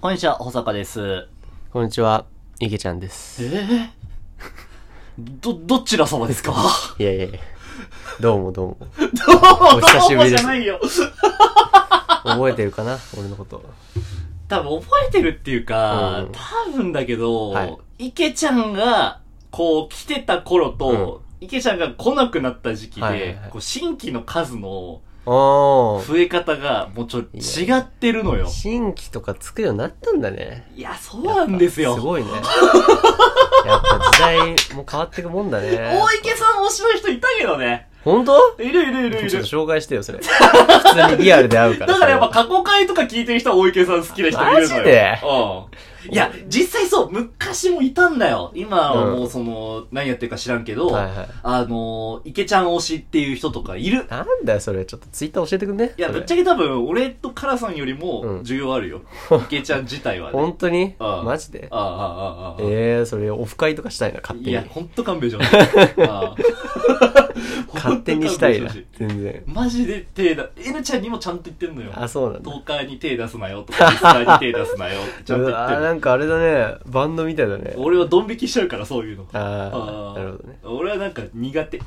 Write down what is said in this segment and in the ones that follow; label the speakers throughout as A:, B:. A: こんにちは、保坂です。
B: こんにちは、いげちゃんです。
A: えー、ど、どちら様ですか
B: いやいやいや。どうもどうも。
A: お
B: 久しぶりです
A: じゃないよ。
B: 覚えてるかな俺のこと。
A: 多分覚えてるっていうか、
B: うん
A: 多分だけど、
B: はい
A: 池ちゃんが、こう来てた頃と、池ちゃんが来なくなった時期で、
B: はいはいはい
A: こう新規の数の
B: おー。
A: 増え方がもうちょっと違ってるのよ。
B: 新規とかつくようになったんだね。
A: いや、そうなんですよ。
B: すご いね。やっぱ時代も変わってくもんだね。
A: 大池さん推しの人いたけどね。
B: 本当
A: いるいるいるい
B: ちょっ
A: る
B: と。紹介してよ、それ。普通にリアルで会うから。
A: だからやっぱ過去回とか聞いてる人は大池さん好きな人いるのよ。
B: マジで
A: うん。いや、実際そう、昔もいたんだよ。今はもうその、何やってるか知らんけど、
B: はいはい
A: あの、池ちゃん推しっていう人とかいる。
B: それなんだよ、それ。ちょっとツイッター教えてくんね。
A: いや、ぶっちゃ
B: ゃ
A: け多分、俺とカラさんよりも
B: うん
A: 需要ある よ。池ちゃん自体はね。
B: 本当に
A: うん
B: マジで
A: ああ、ああ、ああ。
B: えー、それオフ会とかしたいな、勝
A: い
B: 手
A: や、
B: に。
A: ほんと勘 弁してほしいああ
B: 勝手にしたい
A: ほんと勘弁してほ
B: な
A: し。
B: 全然。
A: マジで手だ、N ちゃんにもちゃんと言ってんのよ。
B: あ、そうなんだ
A: ト。ーカーに手出すなよとか、リスナーに手出すなよってちゃんと
B: う
A: 言って
B: わー
A: る。
B: なんかあれだねバンドみたいだね
A: 俺はドン引きしちゃうから、そういうの。
B: ああなるほどね
A: 俺はなんか苦手。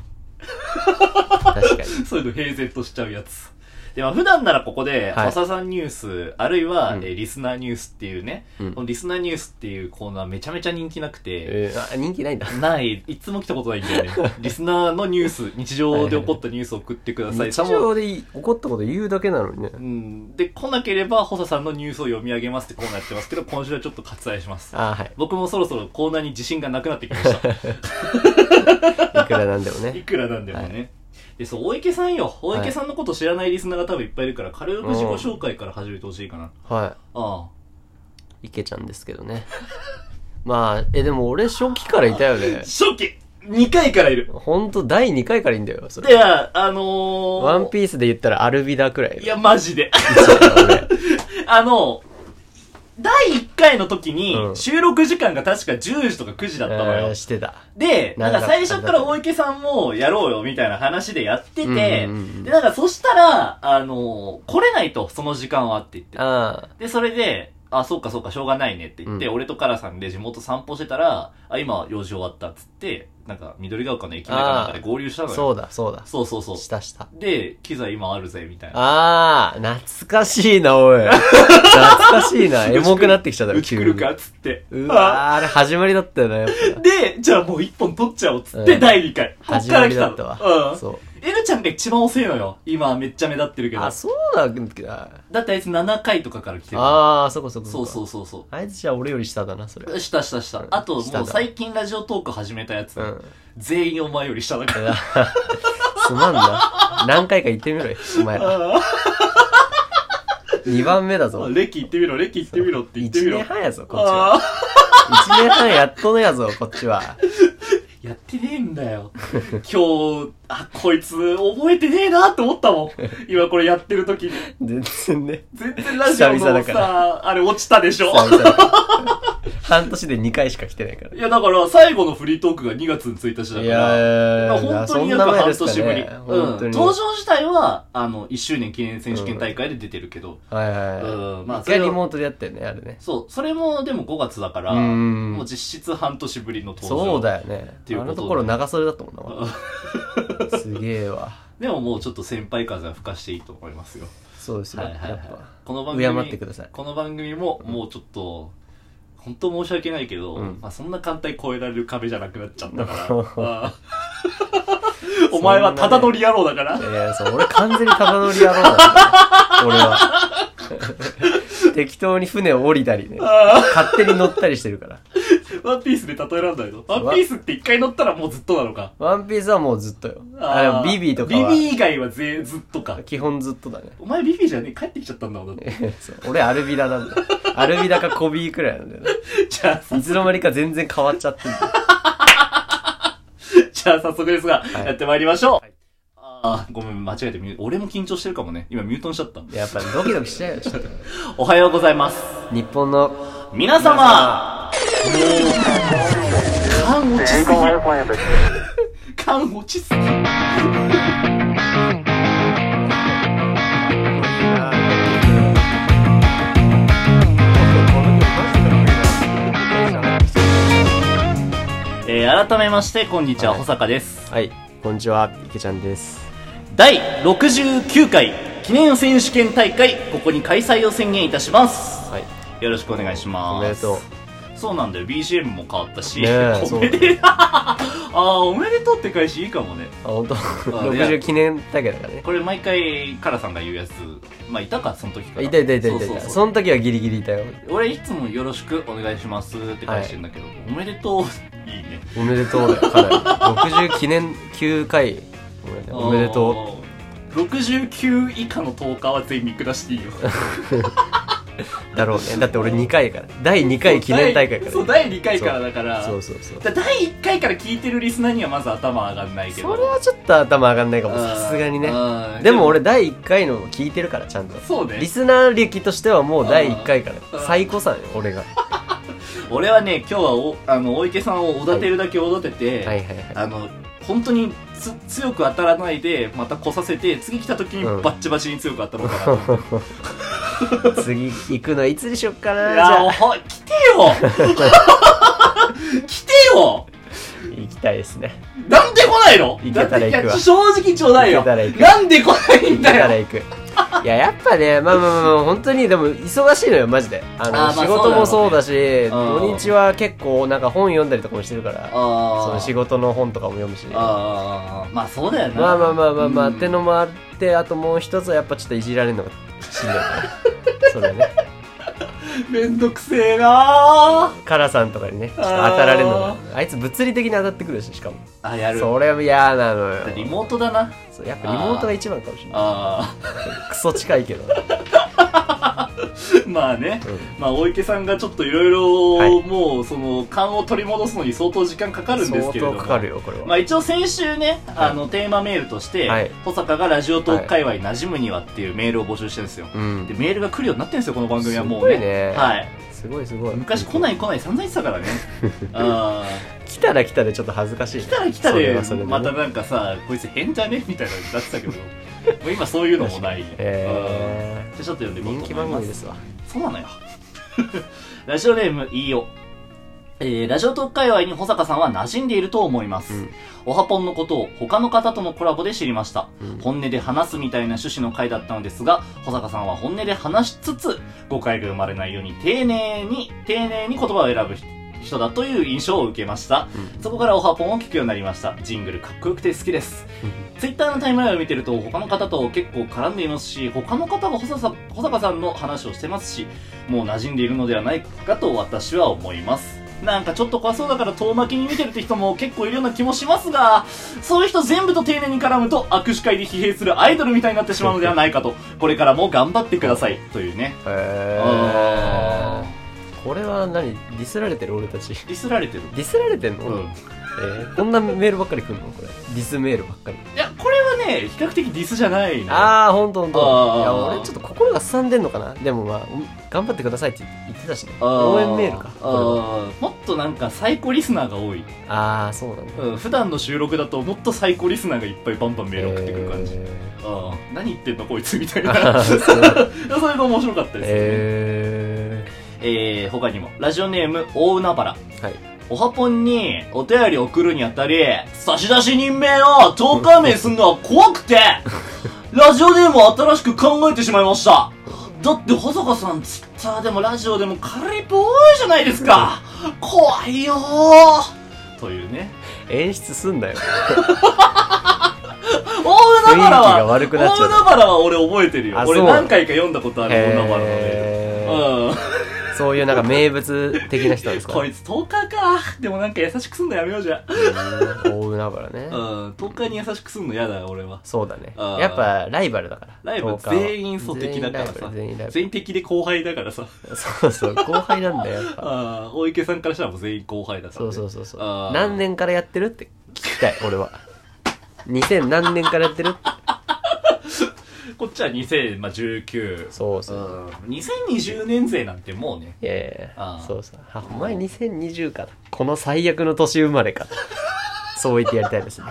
B: 確かに
A: そういうの平然としちゃうやつ。で、まあ普段ならここで、
B: はい
A: 浅さんニュース、あるいは、
B: うん
A: えーリスナーニュースっていうね、
B: うん
A: このリスナーニュースっていうコーナーめちゃめちゃ人気なくて、
B: えー、あ人気ないんだ
A: ない、いつも来たことないんだよ ね。リスナーのニュース、日常で起こったニュースを送ってください。
B: 日
A: さも
B: 常でい怒ったこと言うだけなのにね
A: うん、で、来なければ、補佐さんのニュースを読み上げますってコーナーやってますけど、今週はちょっと割愛します。
B: あーはい
A: 僕もそろそろコーナーに自信がなくなってきました。
B: いくらなんでも
A: い
B: ね
A: くらなんでもね。で、そう、大池さんよ。大池さんのこと知らないリスナーが多分いっぱいいるから、軽く自己紹介から始めてほしいかな。
B: は
A: あ
B: いいけちゃんですけどねまあえでも俺初期からいたよ
A: あ。
B: ね
A: 初期 !2 回からいる。
B: ほんと第2回からいいんだよそれ
A: では、あのー、
B: ワンピースで言ったらアルビダくらい
A: いや、マジで。 あの、第1回の時に
B: う、ん
A: 収録時間が確か10時とか9時だったのよ。
B: あーしてた
A: で、なんか
B: なんか
A: 最初から大池さんもやろうよみたいな話でやってて、
B: うんうんうん
A: で、なんかそしたら、あのー来れないと、その時間はって言って。
B: あ
A: で、それで、あ、そうかそうか、しょうがないねって言って、
B: うん
A: 俺とカラさんで地元散歩してたら、あ、今用事終わったっつって、なんか緑ヶ丘の駅前かなんかで合流した
B: あ
A: のよ。
B: そうだそうだ
A: そうそうそう
B: したした
A: で、機材今あるぜ、みたいな。
B: ああ懐かしいなおい懐かしい なエモくなってきちゃったよ
A: うち
B: 急
A: 来
B: に
A: るかっつって。
B: うわーあれ始まりだったよね、やっ
A: で、じゃあもう一本取っちゃおうっつって、
B: うん
A: 第2回。こっ
B: ぱ。始
A: か
B: ま
A: ら
B: り
A: 来た
B: だ
A: の。
B: ったわ。
A: うん。
B: そ
A: N ちゃんが一番遅いのよ。今めっちゃ目立ってるけ
B: う。
A: ど。
B: あ、そうだっけあ
A: だってあいつ7回とかから来てる。
B: あー、そこそこ。
A: そうそううそうそ
B: あいつじゃ俺より下だな、それ。
A: う。したしたした。あと、
B: した
A: も
B: だ
A: う最近ラジオトーク始めたやつ、
B: うん。
A: 全員お前より下だから。
B: すまんな。何回か言ってみろよ、お前ら。2番目だぞ。
A: 歴行ってみろ、歴行ってみろって言ってみ
B: 1
A: ろ。
B: 年半やぞ、こっちは。
A: あ
B: 1年半やっとのやぞ、こっちは。
A: ーやってねえんだ よ。今日、あ、こいつ覚えてねえなって思ったもん。今これやってる時に。
B: 全 然ね。
A: 全然ラジオの
B: 久々だか
A: さ、あれ落ちたでしょ。
B: 半年で2回しか来てないから。
A: いやだから最後のフリートークが2月の1日だから。
B: いや
A: まあ本
B: ー、
A: 当に
B: そん
A: 約
B: な前
A: 半
B: ですか
A: 年ぶり。
B: ね
A: うん。
B: 本当
A: 登
B: に
A: 場自体は、あの、1周年記念選手権大会で出てるけど。
B: はいはいは
A: うん
B: い。
A: まあ
B: 一
A: それ
B: 回
A: は
B: リモートでやったよね、あれね。
A: そう、それもでも5月だから、
B: うん
A: もう実質半年ぶりの登場。
B: そうだよね。
A: ていうこ
B: あ
A: とで
B: のところ長袖だったもんな俺。 すげえわ。
A: でももうちょっと先輩風は吹かしていいと思いますよ。
B: そうですよ。
A: はいはいは
B: や
A: い
B: っぱ。。
A: この番組、
B: 敬ってください
A: この番組ももうちょっと、本当申し訳ないけど、
B: うん
A: まあそんな簡単に超えられる壁じゃなくなっちゃったから。
B: うん
A: あ あお前はただ乗り野郎だから。
B: いやそう、俺完全にただ乗り野郎だ、 ね、俺は。 適当に船を降りたりね。勝手に乗ったりしてるから。
A: ワンピースで例えられないのワンピースって一回乗ったらもうずっとなのか。
B: ワンピースはもうずっとよ。あ
A: ー
B: でもビビーとかは
A: ビビー以外はぜずっとか。
B: 基本ずっとだね。
A: お前ビビーじゃねえ帰ってきちゃったんだもんだって。
B: そう俺アルビダなんだよ。アルビダかコビーくらいなんだよね。
A: じゃあさ
B: いつの間にか全然変わっちゃってる。
A: じゃあ早速ですが、
B: い
A: やってまいりましょう。ああ、ごめん、間違えてミュー、俺も緊張してるかもね。今ミュートにしちゃった。
B: やっぱドキドキしちゃうよ、ちょっと。
A: おはようございます。
B: 日本の
A: 皆様もう、缶落ちすぎ。缶落ちすぎ。
B: こ の
A: えー改めまして、こんにちは、
B: はい
A: 保坂です。
B: はいこんにちは池ちゃんです
A: 第69回記念選手権大会、ここに開催を宣言いたします。
B: はい
A: よろしくお願いします。
B: おめでとう
A: そうなんだよ、BGM も変わったし、
B: ねえ
A: おめで ああ、おめでとうって返しいいかもね。
B: あ 本当。
A: いや
B: 60記念大会だからね
A: これ毎回、カラさんが言うやつ、まあ、いたか、その時から。
B: いたいたいたいた
A: そう
B: い
A: そう
B: た
A: そう
B: その時はギリギリいたよ
A: 俺いつもよろしくお願いしますって返してんだけど、おめでとういいね
B: おめでとうだよかなり60記念9回ごめんねおめでと
A: う69以下の10日は全員見下していいよ
B: うだろうねだって俺2回から第2回記念大会から
A: そう第2回からだから
B: そうそうそう
A: だから第1回から聞いてるリスナーにはまず頭上がんないけど
B: それはちょっと頭上がんないかもさすがにね
A: ね
B: でも俺第1回の聞いてるからちゃんと
A: そうね
B: リスナー歴としてはもう第1回から
A: うん
B: 最古さんよ俺が
A: 俺はね今日はおあの大池さんをおだてるだけおだてて、
B: はいはいはい
A: あの本当につ強く当たらないでまた来させて次来た時に
B: うん
A: バッチバチに強く当たろうかなと思って
B: 次行くのいつにしよっかないじ
A: や
B: ゃ
A: お
B: あ
A: ほ来てよ来てよ
B: 行きたいですね
A: なんで来ないの
B: いけたら行くわ
A: だっていや正直ちょうだいよ
B: いけたら行く
A: なんで来ないん
B: だ
A: だ
B: か
A: よ
B: ら行くいややっぱねまあまあまあまあ本当にでも忙しいのよマジであの
A: あーまあ
B: 仕事もそうだし
A: ろうねうん
B: 土日は結構なんか本読んだりとかもしてるからそ
A: あ
B: の
A: あ
B: 仕事の本とかも読むしまあ
A: ああまあそうだよな
B: まあまあまあまあ
A: うん
B: ってのもあってあともう一つはやっぱちょっといじられるのがしんどいから それね
A: めんどくせえなー
B: カラさんとかにねちょっと当たられるのがあいつ物理的に当たってくるししかも
A: あやる
B: それも嫌なのよ
A: リモートだな
B: そうやっぱリモートが一番かもしれない
A: あ
B: クソ近いけど、
A: あまあね
B: うん
A: まあ大池さんがちょっといろい
B: は
A: ろ
B: い
A: もうその勘を取り戻すのに相当時間かかるんです
B: 相
A: けれど
B: 当
A: も
B: かかるよこれは、
A: まあ一応先週ね、
B: はい
A: あのテーマメールとして、
B: はい
A: 保坂がラジオトーク界隈馴染むにはっていうメールを募集してるんですよ。
B: うん
A: で、メールが来るようになってるんですよ、この番組はもうね。
B: すごいね
A: はい。
B: すごいすごい
A: 昔来ない来ない散々言ってた からね。あ
B: 来たら来たでちょっと恥ずかしい
A: ー
B: 来
A: 来たら来た
B: それ
A: で
B: はそれ、でね
A: またなんかさ、こいつ変じゃねみたいなのになってたけど、もう今そういうのもない。うん
B: え
A: じゃあちょっと読んで
B: ー、
A: みようと
B: 人気
A: 思い
B: 番
A: ま
B: 組
A: す
B: で。すわ
A: そうなのよ。 ラジオネーム、いいよ。えー、ラジオトーク界隈に保坂さんは馴染んでいると思います。
B: うん
A: おはぽんのことを他の方とのコラボで知りました。
B: うん
A: 本音で話すみたいな趣旨の回だったのですが、保坂さんは本音で話しつつ、誤解が生まれないように丁寧に、丁寧に言葉を選ぶ人人だという印象を受けました。そこからオハポンを聞くようになりました。ジングルかっこよくて好きです。ツイッターのタイムラインを見てると他の方と結構絡んでいますし、他の方が保坂保坂さんの話をしてますし、もう馴染んでいるのではないかと私は思います。なんかちょっと怖そうだから遠巻きに見てるって人も結構いるような気もしますが、そういう人全部と丁寧に絡むと握手会で疲弊するアイドルみたいになってしまうのではないかと、これからも頑張ってください。というね。
B: へ
A: あ
B: えー、これは何ディスられてる俺たち
A: ーディスられてる。
B: ディスられてんの、
A: うん。
B: えー、こんなメールばっかり来るのこれディスメールばっかり
A: いや、これはね、比較的ディスじゃないのよ
B: ああほんとほんと
A: あー
B: いや俺ちょっと心がすさんでんのかなでもまあ頑張ってくださいって言ってたしね
A: あ
B: 応援メールかこれは
A: あーもっとなんか最高リスナーが多い、
B: ああそうなんだ
A: うん、普段の収録だともっと最高リスナーがいっぱいバンバンメール送ってくる感じ、
B: え
A: うん何言ってんのこいつみたい
B: ー、
A: な
B: あー
A: そ
B: そうなんだ
A: れが面白かったですね
B: え
A: えー他にもラジオネーム大海原
B: ー、はい
A: おはぽんにお便り送るにあたり、差出人名を投函名すんのは怖く て、ラジオネームを新しく考えてしまいました。だって、保坂さん、ツイッターでもラジオでもカリボーイじゃないですか。怖いよー。というね。
B: 演出すんなよ
A: 大海原
B: 雰囲気が
A: は、
B: 悪くなっちゃう
A: 大海原は俺覚えてるよ
B: あ。
A: 俺
B: そう
A: 何回か読んだ ことある、大海原のね。
B: へー
A: うん。
B: そういうなんか名物的な人なんですか
A: こいつ10日か。でもなんか優しくすんのやめようじゃ。
B: うん大海原ね
A: う。ん。10日に優しくすんの嫌だ、俺は。
B: そうだね。
A: あー
B: やっぱライバルだから。
A: ライブ
B: 東海は
A: 全員そう敵だからさ
B: 全員ライバル、全員
A: 全員敵で後輩だからさ
B: ライバル。 そうそう、後輩なんだよ、やっぱ。
A: あー大池さんからしたらもう全員後輩だから
B: そ
A: ね、
B: うそうそうそう
A: あ。ー
B: 何年からやってるって聞きたい、俺は。2000何年からやってるって
A: こっちは2019
B: そうそう。
A: ん2020年勢なんてもうね
B: いやいやい
A: あ
B: や
A: ー
B: そうそう。あ、お前2020か。この最悪の年生まれか。そう言ってやりたいですね。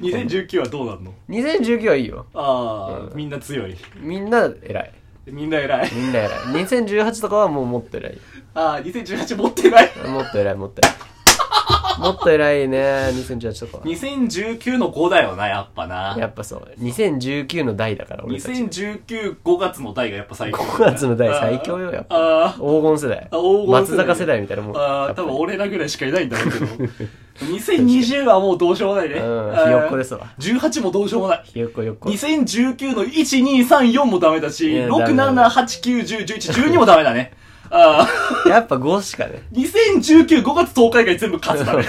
A: 2019はどうなんの
B: 2019はいいよ。
A: ああ、みんな強い
B: みんな偉い。
A: みんな偉い
B: みんな偉い。2018とかはもうもっと偉い。
A: ああ2018持ってない
B: 持っと偉い、もっと偉い。もっと偉いね、2018とかは。
A: 2019の5だよな、やっぱ
B: や
A: な。
B: っぱそう。2019の代だから、俺たち。
A: 2019-5月の代がやっぱ最強。
B: 5月の代最強よ、やっぱ。
A: あ
B: 黄金世代。
A: あ黄金世代
B: 松坂世代みたいなもん。
A: ーあ
B: や
A: ー、
B: っぱ
A: 多
B: り
A: 分俺らぐらいしかいないんだろう けど。2020はもうどうしようもないね。
B: うん、ひよっこですわ。
A: 18もどうしようもない。
B: ひよっこひよっこ。
A: 2019の1234もダメだし、
B: いやダメだ
A: 678910112もダメだね。あ
B: やっぱ5しかね。
A: あ、2019 5月10日以外全部勝つだね。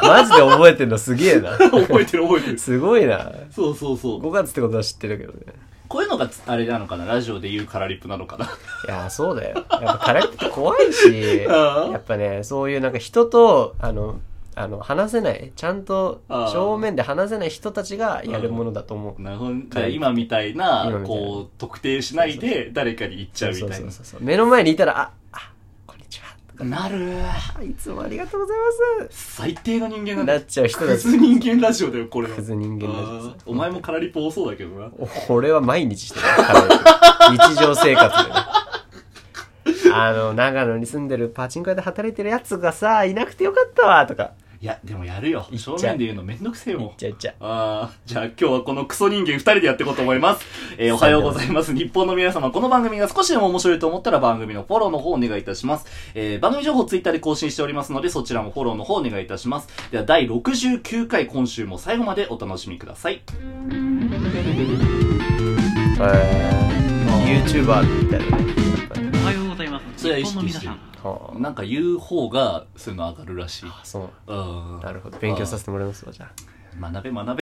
B: マジで覚えてんのすげえな。
A: 覚えてる覚えてる。
B: すごいな。
A: そうそうそう。
B: 5月ってことは知ってるけどね。
A: こういうのがつあれなのかなラジオで言うカラリップなのかな
B: いやー、そうだよ。やっぱカラクリって怖い し、
A: うん
B: やっぱね、そういうなんか人と、あの、あの、話せない、ちゃんと
A: うん
B: 正面で話せない人たちがやるものだと思う。
A: なるほど。じゃあ今みたいな
B: 今みたい、な
A: こう、特定しないで誰かに言っちゃうみ
B: そう
A: たい
B: そう
A: な。
B: そうそう。目の前にいたら、あ、あ、こんにちは。
A: なる
B: あいつもありがとうございま
A: 最低の人間な
B: す。
A: ん
B: な
A: だ
B: っ。ちゃう人
A: ク
B: た
A: ズ
B: ち。
A: 人間ラジオだよ、これは。
B: クズ人間ラジオ
A: あーお前もカラリップ多そうだけどな。
B: 俺は毎日してる。カラオケ日常生活でね。 あの、長野に住んでるパチンコ屋で働いてるやつがさ、いなくてよかったわ、とか。
A: いや、でもやるよ。
B: 言っちゃ
A: 正
B: う
A: 面で言うのめんどくせえもん
B: いっ。ちゃいっちゃ。
A: ああ、じゃあ今日はこのクソ人間二人でやっていこうと思います。えーおはようございます。日本の皆様、この番組が少しでも面白いと思ったら番組のフォローの方お願いいたします。えー番組情報をツイッターで更新しておりますので、そちらもフォローの方お願いいたします。では、第69回、今週も最後までお楽しみください。
B: えー、YouTuber みたいなね。
C: おはようございます。
A: それは
C: 日
A: 意
C: 本
A: 識
C: の皆
A: して
C: さ
A: る
C: ん。。
B: は
A: なんか言う方が、そういうの上がるらしい。
B: あ、そう。
A: うん。
B: なるほど。勉強させてもらいますわ、じゃあ。
A: 学べ学べ。